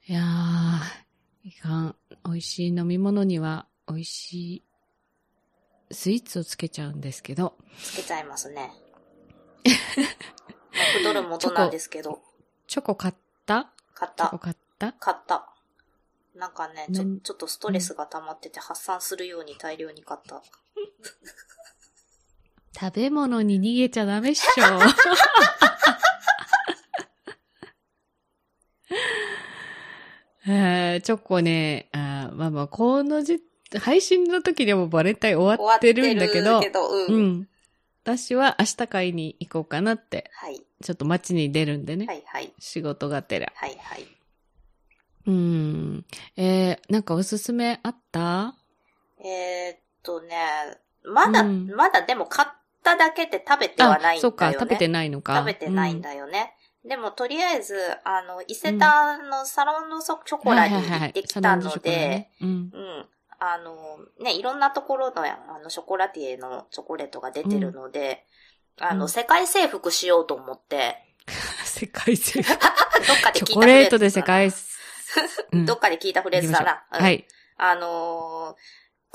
[SPEAKER 2] いやー、いかん。美味しい飲み物には美味しいスイーツをつけちゃうんですけど、
[SPEAKER 1] つけちゃいますね。太る元なんですけど。
[SPEAKER 2] チョコ買った
[SPEAKER 1] 買っ
[SPEAKER 2] チョ
[SPEAKER 1] た
[SPEAKER 2] コ。買った
[SPEAKER 1] 買った。なんかね、ちょ
[SPEAKER 2] 何
[SPEAKER 1] ちょっとストレスが溜まってて発散するように大量に買った。
[SPEAKER 2] 食べ物に逃げちゃダメっしょ。 えーチョコね、あーまあまあ、このじ、配信の時でもバレンタイン終
[SPEAKER 1] 終
[SPEAKER 2] わ
[SPEAKER 1] わ
[SPEAKER 2] ってるんだけど、
[SPEAKER 1] ってるけどうん。
[SPEAKER 2] うん。私は明日買いに行こうかなって、
[SPEAKER 1] はい。
[SPEAKER 2] ちょっと街に出るんでね。
[SPEAKER 1] はいはい。
[SPEAKER 2] 仕事がてら。
[SPEAKER 1] はいはい。
[SPEAKER 2] うん。えー、なんかおすすめあった
[SPEAKER 1] えーっとね、まだ、
[SPEAKER 2] うん
[SPEAKER 1] まだでも買っただけで食べてはないんだよね。
[SPEAKER 2] あ、そうか、食べてないのか。
[SPEAKER 1] 食べてないんだよね。でも、とりあえず、あの、伊勢丹のサロンのチョ
[SPEAKER 2] うん。
[SPEAKER 1] コ
[SPEAKER 2] は
[SPEAKER 1] ラ
[SPEAKER 2] い
[SPEAKER 1] に
[SPEAKER 2] はい
[SPEAKER 1] 行
[SPEAKER 2] は
[SPEAKER 1] っ
[SPEAKER 2] い
[SPEAKER 1] てき
[SPEAKER 2] サ
[SPEAKER 1] た
[SPEAKER 2] ロンド
[SPEAKER 1] の
[SPEAKER 2] ショコラ
[SPEAKER 1] で
[SPEAKER 2] ね、うん。
[SPEAKER 1] うん。あの、ね、いろんなところの、あの、ショコラティエのチョコレートが出てるので、あ
[SPEAKER 2] う
[SPEAKER 1] の、
[SPEAKER 2] ん
[SPEAKER 1] 世界征服しようと思って、
[SPEAKER 2] 世界 征服。
[SPEAKER 1] どっかで
[SPEAKER 2] チ
[SPEAKER 1] 聞いたフレーズ
[SPEAKER 2] ョコレートで世界、う ん
[SPEAKER 1] どっかで聞いたフレーズだな。うん
[SPEAKER 2] はい。
[SPEAKER 1] あのー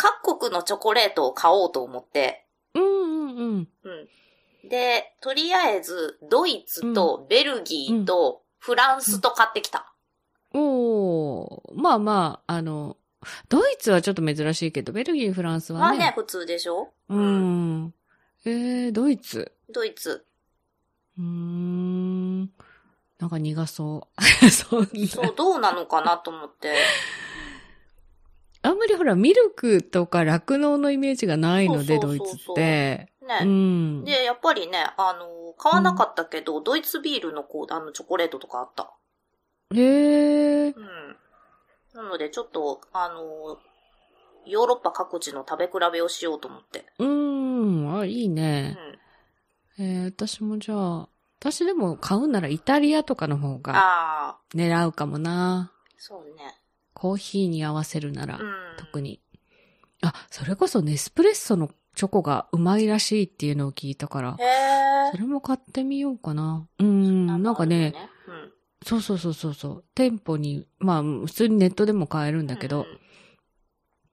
[SPEAKER 1] 各国のチョコレートを買おうと思って、
[SPEAKER 2] うんうんうん。
[SPEAKER 1] うん。で、とりあえず、ドイツとベルギーとフランスと買ってきた。
[SPEAKER 2] おーまあまあ、あの、ドイツはちょっと珍しいけど、ベルギー、フランス
[SPEAKER 1] ま
[SPEAKER 2] は
[SPEAKER 1] あ
[SPEAKER 2] ね。
[SPEAKER 1] ね、普通でしょ
[SPEAKER 2] うん。えー、ドイツ。
[SPEAKER 1] ドイツ。
[SPEAKER 2] うーん。なんか 苦そう。そんな
[SPEAKER 1] そう、どうなのかなと思って。
[SPEAKER 2] あんまりほら、ミルクとか酪農のイメージがないので、
[SPEAKER 1] そう
[SPEAKER 2] ド
[SPEAKER 1] そう
[SPEAKER 2] イ
[SPEAKER 1] そうそう
[SPEAKER 2] ツって。う
[SPEAKER 1] ね。
[SPEAKER 2] ん。
[SPEAKER 1] で、やっぱりね、あのー買わなかったけど、ドイツビールのこう、あの、チョコレートとかあった。
[SPEAKER 2] へえ。
[SPEAKER 1] うん。なので、ちょっと、あのーヨーロッパ各地の食べ比べをしようと思って。
[SPEAKER 2] うん。あ、いいうね。
[SPEAKER 1] ん。
[SPEAKER 2] えー、私もじゃあ、私でも買うならイタリアとかの方が
[SPEAKER 1] ああ、
[SPEAKER 2] 狙うかもな。
[SPEAKER 1] そうね。
[SPEAKER 2] コーヒーに合わせるなら、
[SPEAKER 1] うん。
[SPEAKER 2] 特に。あ、それこそネスプレッソのチョコがうまいらしいっていうのを聞いたから
[SPEAKER 1] へ、え
[SPEAKER 2] そ。れも買ってみようかな。うん、なんかね、
[SPEAKER 1] うん、
[SPEAKER 2] そうそうそうそうそう、店舗に、まあ、普通にネットでも買えるんだけど、
[SPEAKER 1] うんうん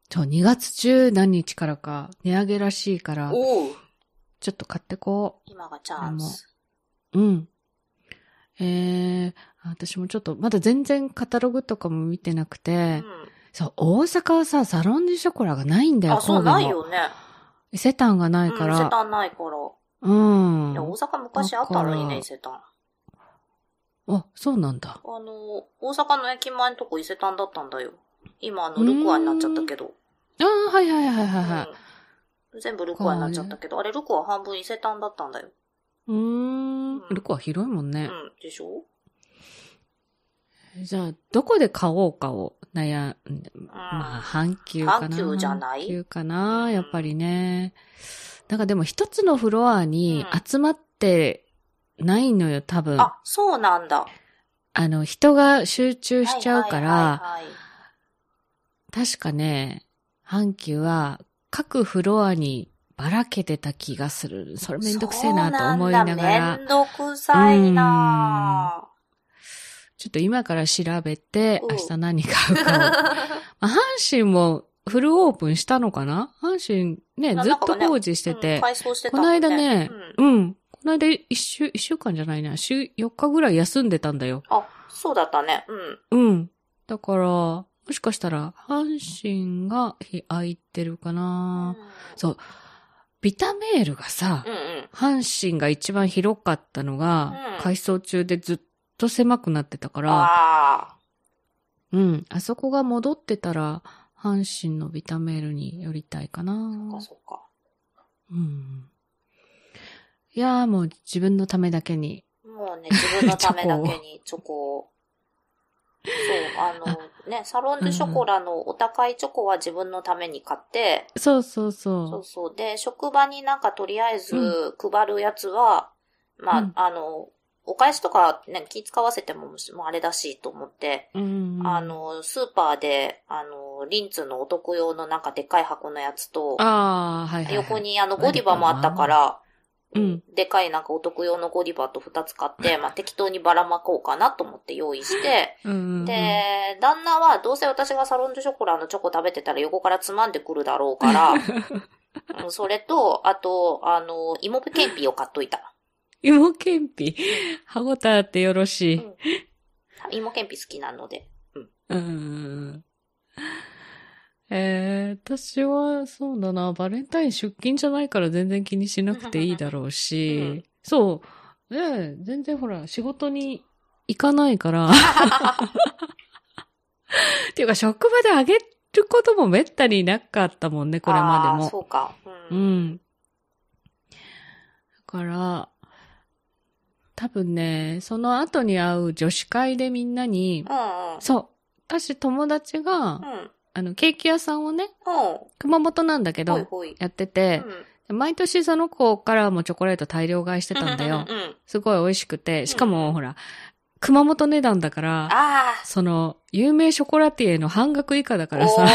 [SPEAKER 2] そう、2月中何日からか、値上げらしいから、
[SPEAKER 1] おう
[SPEAKER 2] ちょっと買ってこ
[SPEAKER 1] 今がチャンス。
[SPEAKER 2] う。うん。えー、私もちょっと、まだ全然カタログとかも見てなくて、そう、大阪はさ、サロンデュショコラがないんだ
[SPEAKER 1] うん、
[SPEAKER 2] よ、
[SPEAKER 1] あ、そう
[SPEAKER 2] 神戸も
[SPEAKER 1] ないよね。
[SPEAKER 2] 伊勢丹がない
[SPEAKER 1] うん、伊
[SPEAKER 2] か
[SPEAKER 1] 勢
[SPEAKER 2] ら。
[SPEAKER 1] 丹ないから。
[SPEAKER 2] うん。
[SPEAKER 1] いや、大阪昔あったのにね、伊勢丹。
[SPEAKER 2] あ、そうなんだ。
[SPEAKER 1] あの、大阪の駅前のとこ伊勢丹だったんだよ。今、あの、ルクアになっちゃったけど。
[SPEAKER 2] ああ、はいはいはいはいは
[SPEAKER 1] うん全部ルクアになっちゃったけど、あれルクア半分伊勢丹だったんだよ。
[SPEAKER 2] い。うーん。ルコは広いもん
[SPEAKER 1] う
[SPEAKER 2] ね。
[SPEAKER 1] ん、でしょ
[SPEAKER 2] じゃあ、どこで買おうかを悩んで、
[SPEAKER 1] うん。
[SPEAKER 2] まあ、阪急かな。
[SPEAKER 1] 阪急じゃない
[SPEAKER 2] 阪急かな、やっぱりね。なんかでも一つのフロアに
[SPEAKER 1] うん
[SPEAKER 2] 集まってないのよ、多分。あ
[SPEAKER 1] あ、そうなんだ。
[SPEAKER 2] の、人が集中しちゃうから、
[SPEAKER 1] はいはいはいはい
[SPEAKER 2] 確かね、阪急は各フロアにばらけてた気がする。それめんどくせえなと思いな
[SPEAKER 1] そ
[SPEAKER 2] が
[SPEAKER 1] うなん
[SPEAKER 2] ら
[SPEAKER 1] だめ。んどくさいな
[SPEAKER 2] ちょっと今から調べて、
[SPEAKER 1] うん
[SPEAKER 2] 明日何買 うかを。まあ、阪神もフルオープンしたのかな阪神ね、
[SPEAKER 1] な
[SPEAKER 2] ずっ
[SPEAKER 1] なんか
[SPEAKER 2] と
[SPEAKER 1] ね
[SPEAKER 2] 工 事してて。
[SPEAKER 1] 改装してた
[SPEAKER 2] こ
[SPEAKER 1] も
[SPEAKER 2] の
[SPEAKER 1] ん
[SPEAKER 2] 間ね、
[SPEAKER 1] う
[SPEAKER 2] うんん、この間一週、一週間じゃないな、週4日ぐらい休んでたんだよ。
[SPEAKER 1] あ、そうだったね。うん。
[SPEAKER 2] うん。だから、もしかしたら、阪神がひ空いてるかな、そう。ビタメールがさ、
[SPEAKER 1] うんうん。
[SPEAKER 2] 阪神が一番広かったのが、
[SPEAKER 1] うん
[SPEAKER 2] 改装中でずっと狭くなってたから、
[SPEAKER 1] ああ。
[SPEAKER 2] うん、あそこが戻ってたら、阪神のビタメールに寄りたいか
[SPEAKER 1] そっ
[SPEAKER 2] な
[SPEAKER 1] か。そっか。
[SPEAKER 2] うん。いやーもう自分のためだけに。
[SPEAKER 1] もうね、自 分のためだけにチョコを。そう、あの、ね、サロンデュショコラのお高いチョコは自分のために買って、
[SPEAKER 2] そうそうそう。
[SPEAKER 1] そうそう。で、職場になんかとりあえず
[SPEAKER 2] う
[SPEAKER 1] 配るやつは、まあ、
[SPEAKER 2] うん
[SPEAKER 1] あの、お返しとかね、気使わせても、もうあれだしと思って、
[SPEAKER 2] うん
[SPEAKER 1] あ、の、スーパーで、あの、リンツのお得用のなんかでっかい箱のやつと、
[SPEAKER 2] ああ、はいはい、はい。
[SPEAKER 1] 横。にあの、ゴディバもあったから、
[SPEAKER 2] うん
[SPEAKER 1] でっかいなんかお得用のゴディバと2つ買って、まあ、適当にばらまこうかなと思って用意して、
[SPEAKER 2] うん。
[SPEAKER 1] で、旦那はどうせ私がサロンドゥショコラのチョコ食べてたら横からつまんでくるだろう から、うんそれと、あと、あの、芋けんぴを買っといた。
[SPEAKER 2] 芋けんぴ。歯ごたえあってよろしい。
[SPEAKER 1] うん、芋けんぴ好きなので。
[SPEAKER 2] うん。えー、私は、そうだな、バレンタイン出勤じゃないから全然気にしなくていいだろ うし、うん、そう、ね、全然ほら、仕事に行かないか ら。っていうか、職場であげることもめったになかったもんね、これまでも。
[SPEAKER 1] そうか。
[SPEAKER 2] うん、うん、だから、多分ね、その後に会う女子会でみんなに、
[SPEAKER 1] うんうん、
[SPEAKER 2] そう、私友達が、うん、あの、ケーキ屋さんをね、熊本なんだけど、
[SPEAKER 1] ほいほい
[SPEAKER 2] やってて、うん、毎年その子からもチョコレート大量買いしてたんだよ。
[SPEAKER 1] うんうんうん、
[SPEAKER 2] すごい美味しくて、しかも、ほら、熊本値段だから、その、有名ショコラティエの半額以下だからさ、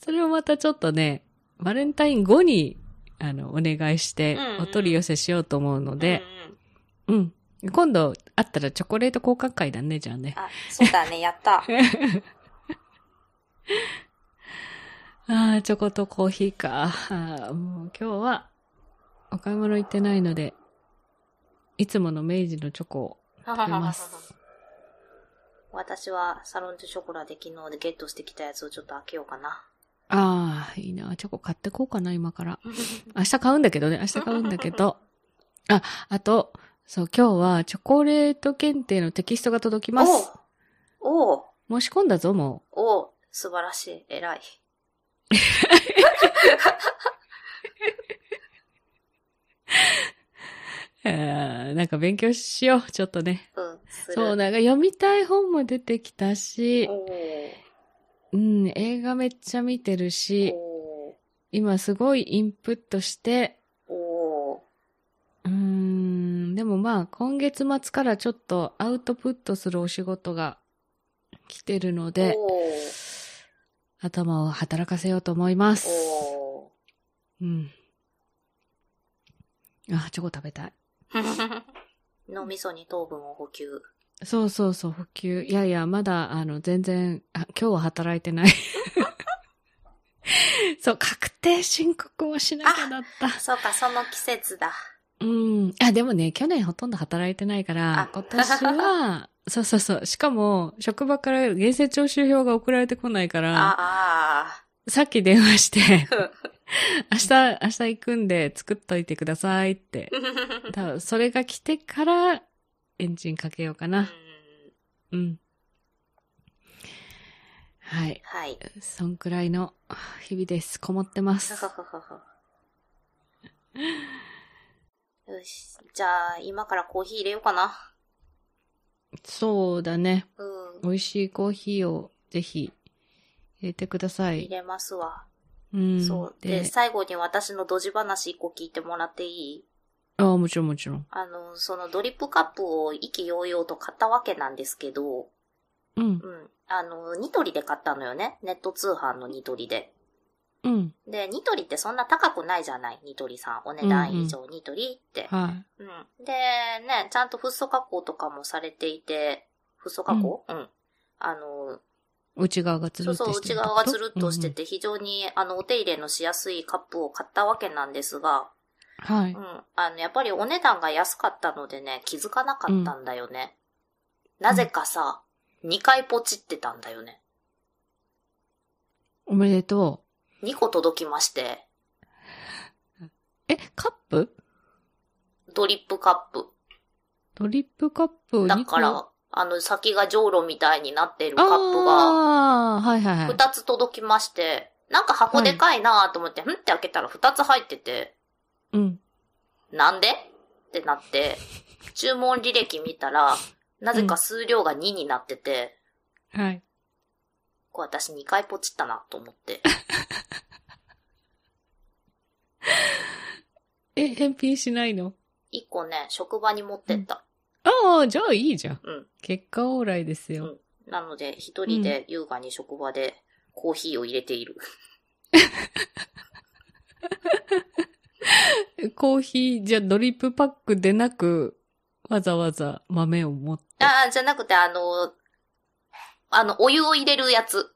[SPEAKER 2] それをまたちょっとね、バレンタイン後にあの、お願いして、お取り寄せしようと思うので、うん、うんうん、今度、あったらチョコレート交換会だね、じゃあね。
[SPEAKER 1] あ、そうだね、やった。
[SPEAKER 2] ああ、チョコとコーヒーか。あもう今日は、お買い物行ってないので、いつもの明治のチョコを食べます。
[SPEAKER 1] 私はサロンドショコラで昨日でゲットしてきたやつをちょっと開けようかな。
[SPEAKER 2] ああ、いいな。チョコ買ってこうかな、今から。明日買うんだけどね。明日買うんだけ ど。あ、あと、そう、今日はチョコレート検定のテキストが届きます。
[SPEAKER 1] おお
[SPEAKER 2] 申し込んだぞ、も
[SPEAKER 1] う。おお素晴らしい。偉い。
[SPEAKER 2] えー、なんか勉強しよう、ちょっとね。
[SPEAKER 1] うん、する
[SPEAKER 2] そう、なんか読みたい本も出てきたし。
[SPEAKER 1] お
[SPEAKER 2] うん、映画めっちゃ見てるし、今すごいインプットして、うーん、でもまあ今月末からちょっとアウトプットするお仕事が来てるので、頭を働かせようと思います。うん。あ、チョコ食べたい。
[SPEAKER 1] 脳みそに糖分を補給。
[SPEAKER 2] そうそうそう、補給。いやいや、まだ、あの、全然、あ、今日は働いて ない。そう、確定申告もしなきゃだった。
[SPEAKER 1] そうか、その季節だ。、
[SPEAKER 2] うん。あ、でもね、去年ほとんど働いてないから、今年は、そうそうそう。しかも、職場から厳正徴収票が送られてこないからさっき電話して、明日、明日行くんで作っといてくださいって。多分それが来てから、エンジンかけようかな。うん。はい。
[SPEAKER 1] はい。
[SPEAKER 2] そんくらいの日々です。こもってます。
[SPEAKER 1] よし。じゃあ、今からコーヒー入れようかな。
[SPEAKER 2] そうだね。。
[SPEAKER 1] うん
[SPEAKER 2] 美味しいコーヒーをぜひ入れてください。
[SPEAKER 1] 入れますわ。
[SPEAKER 2] うん。
[SPEAKER 1] そう。で、で最後に私のドジ話一個聞いてもらっていい
[SPEAKER 2] ああ、もちろんもちろん。
[SPEAKER 1] あの、そのドリップカップを意気揚々と買ったわけなんですけ
[SPEAKER 2] ど、うん。うん。
[SPEAKER 1] あの、ニトリで買ったのよね。ネット通販のニトリで。
[SPEAKER 2] うん。
[SPEAKER 1] で、ニトリってそんな高くないじゃないニトリさん。お値段以上、ニトリって。、
[SPEAKER 2] はい
[SPEAKER 1] うん。うん。で、ね、ちゃんとフッ素加工とかもされていて、フッ素加工、うん、うん。あの、
[SPEAKER 2] 内側がつるっとして
[SPEAKER 1] そうそう、内側がつるっとしてて、非常に、あの、お手入れのしやすいカップを買ったわけなんですが、
[SPEAKER 2] はい。
[SPEAKER 1] うん。あの、やっぱりお値段が安かったのでね、気づかなかったんだよね。うん、なぜかさ、うん、2回ポチってたんだよね。
[SPEAKER 2] おめでと
[SPEAKER 1] う。2個届きまして。
[SPEAKER 2] え、カップ
[SPEAKER 1] ドリップカップ。
[SPEAKER 2] ドリップカップ
[SPEAKER 1] だから、あの、先がじょうろみたいになってるカップが、
[SPEAKER 2] はいはいはい。
[SPEAKER 1] 2つ届きまして、なんか箱でかいなーと思って、はい、んって開けたら2つ入ってて、
[SPEAKER 2] うん。
[SPEAKER 1] なんでってなって、注文履歴見たら、なぜか数量が2になってて、
[SPEAKER 2] うん、はい。
[SPEAKER 1] こう私2回ポチったなと思って。
[SPEAKER 2] え、返品しないの
[SPEAKER 1] ?1 個ね、職場に持ってった。
[SPEAKER 2] うん、ああ、じゃあいいじゃん。
[SPEAKER 1] うん。
[SPEAKER 2] 結果オーライですよ。
[SPEAKER 1] うん、なので、一人で優雅に職場でコーヒーを入れている。
[SPEAKER 2] コーヒー、じゃドリップパックでなく、わざわざ豆を持って。
[SPEAKER 1] ああ、じゃなくて、あの、あの、お湯を入れるやつ。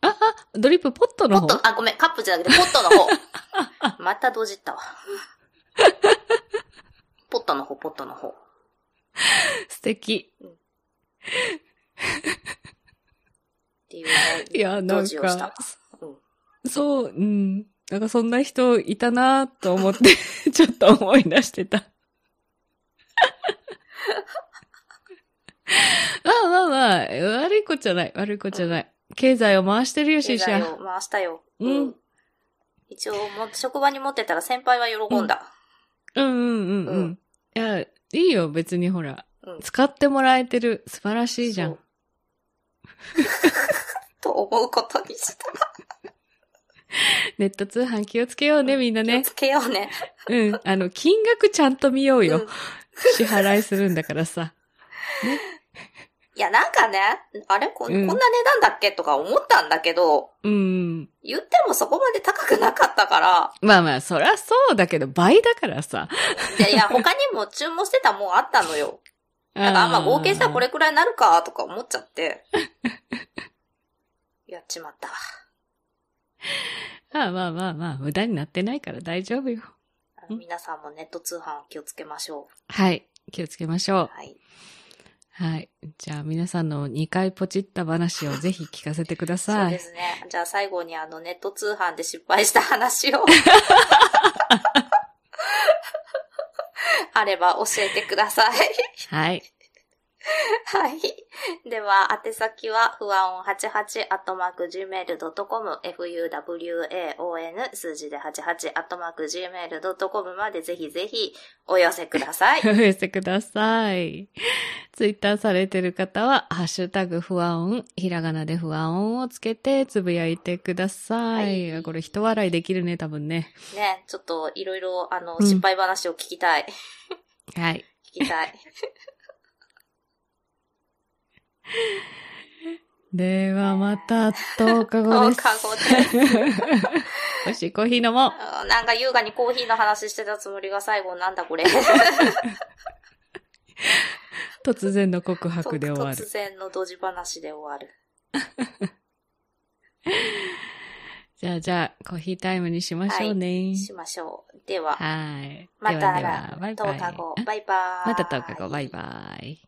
[SPEAKER 2] あ、あ、ドリップポットの
[SPEAKER 1] 方ポット、あ、ごめん、カップじゃなくて、ポットの方。またどじったわ。トの方、ポットの方。
[SPEAKER 2] 素敵。
[SPEAKER 1] うん、っていうね。
[SPEAKER 2] いや、なん
[SPEAKER 1] 同時をした
[SPEAKER 2] か、そう、うん。なんかそんな人いたなと思って、 ちょっと思い出してた。 まあまあまあ、悪い子じゃない、悪い子じゃない。経済を回してるよ、シーシ
[SPEAKER 1] 経済
[SPEAKER 2] ャ。
[SPEAKER 1] を回したよ。
[SPEAKER 2] うん。
[SPEAKER 1] 一応も、職場に持ってたら先輩は喜んだ。
[SPEAKER 2] うんうんうんう。
[SPEAKER 1] うん
[SPEAKER 2] いや、いいよ、別にほら。
[SPEAKER 1] うん。
[SPEAKER 2] 使ってもらえてる。素晴らしいじゃ
[SPEAKER 1] そ
[SPEAKER 2] ん
[SPEAKER 1] う。。 と思うことにした。
[SPEAKER 2] ネット通販気をつけようね、みんなね
[SPEAKER 1] 気を。つけようね。
[SPEAKER 2] うん。あの、金額ちゃんと見よう
[SPEAKER 1] うん
[SPEAKER 2] よ。支払いするんだからさ。
[SPEAKER 1] いや、なんかね、あれこ,、
[SPEAKER 2] うん
[SPEAKER 1] ん、こんな値段だっけとか思ったんだけど、
[SPEAKER 2] うん。
[SPEAKER 1] 言ってもそこまで高くなかったから、
[SPEAKER 2] まあまあ、そりゃそうだけど、倍だからさ。
[SPEAKER 1] い やいや、他にも注文してたもんあったのよ。
[SPEAKER 2] な
[SPEAKER 1] だから、まあ合計したらこ。れくらいになるか、とか思っちゃ って。やっちまったわ。
[SPEAKER 2] まあまあまあまあ、無駄になってないから大丈夫よ。
[SPEAKER 1] あの皆さんもネット通販を気をつけましょ
[SPEAKER 2] はい。気をつけまし
[SPEAKER 1] う。
[SPEAKER 2] ょう。
[SPEAKER 1] はい。
[SPEAKER 2] はい。じゃあ、皆さんの2回ポチった話をぜひ聞かせてくだ
[SPEAKER 1] そう
[SPEAKER 2] さ
[SPEAKER 1] で
[SPEAKER 2] い。
[SPEAKER 1] すね。じゃあ最後にあのネット通販で失敗した話 を。あれば教えてください。
[SPEAKER 2] はい。
[SPEAKER 1] はい。では、宛先は、不安音88、アットマーク、gmail.com、fuwaon、数字で88、アットマーク、gmail.com までぜひぜひお寄せください。
[SPEAKER 2] お寄せください。ツイッターされてる方は、ハッシュタグ不安音、ひらがなで不安音をつけてつぶやいてください。
[SPEAKER 1] はい
[SPEAKER 2] これ、人笑いできるね、多分ね。
[SPEAKER 1] ね、ちょっと、いろいろ、あの、
[SPEAKER 2] うん
[SPEAKER 1] 失敗話を聞きたい。
[SPEAKER 2] はい。
[SPEAKER 1] 聞きた い。
[SPEAKER 2] では、また10日後 です。
[SPEAKER 1] 10
[SPEAKER 2] 日後です。美味しいコーヒー飲もう。
[SPEAKER 1] あ ーなんか、優雅にコーヒーの話してたつもりが最後、なんだこ れ。
[SPEAKER 2] 突然の告白で終わ
[SPEAKER 1] 突
[SPEAKER 2] る。
[SPEAKER 1] 然のドジ話で終わる。
[SPEAKER 2] じゃあじゃあ、コーヒータイムにしましょうね。
[SPEAKER 1] しましょう。では、
[SPEAKER 2] はい。
[SPEAKER 1] ま
[SPEAKER 2] では
[SPEAKER 1] た
[SPEAKER 2] では、バイバイ。
[SPEAKER 1] 10日後、バイバーイ。
[SPEAKER 2] また10日後、バイバイ。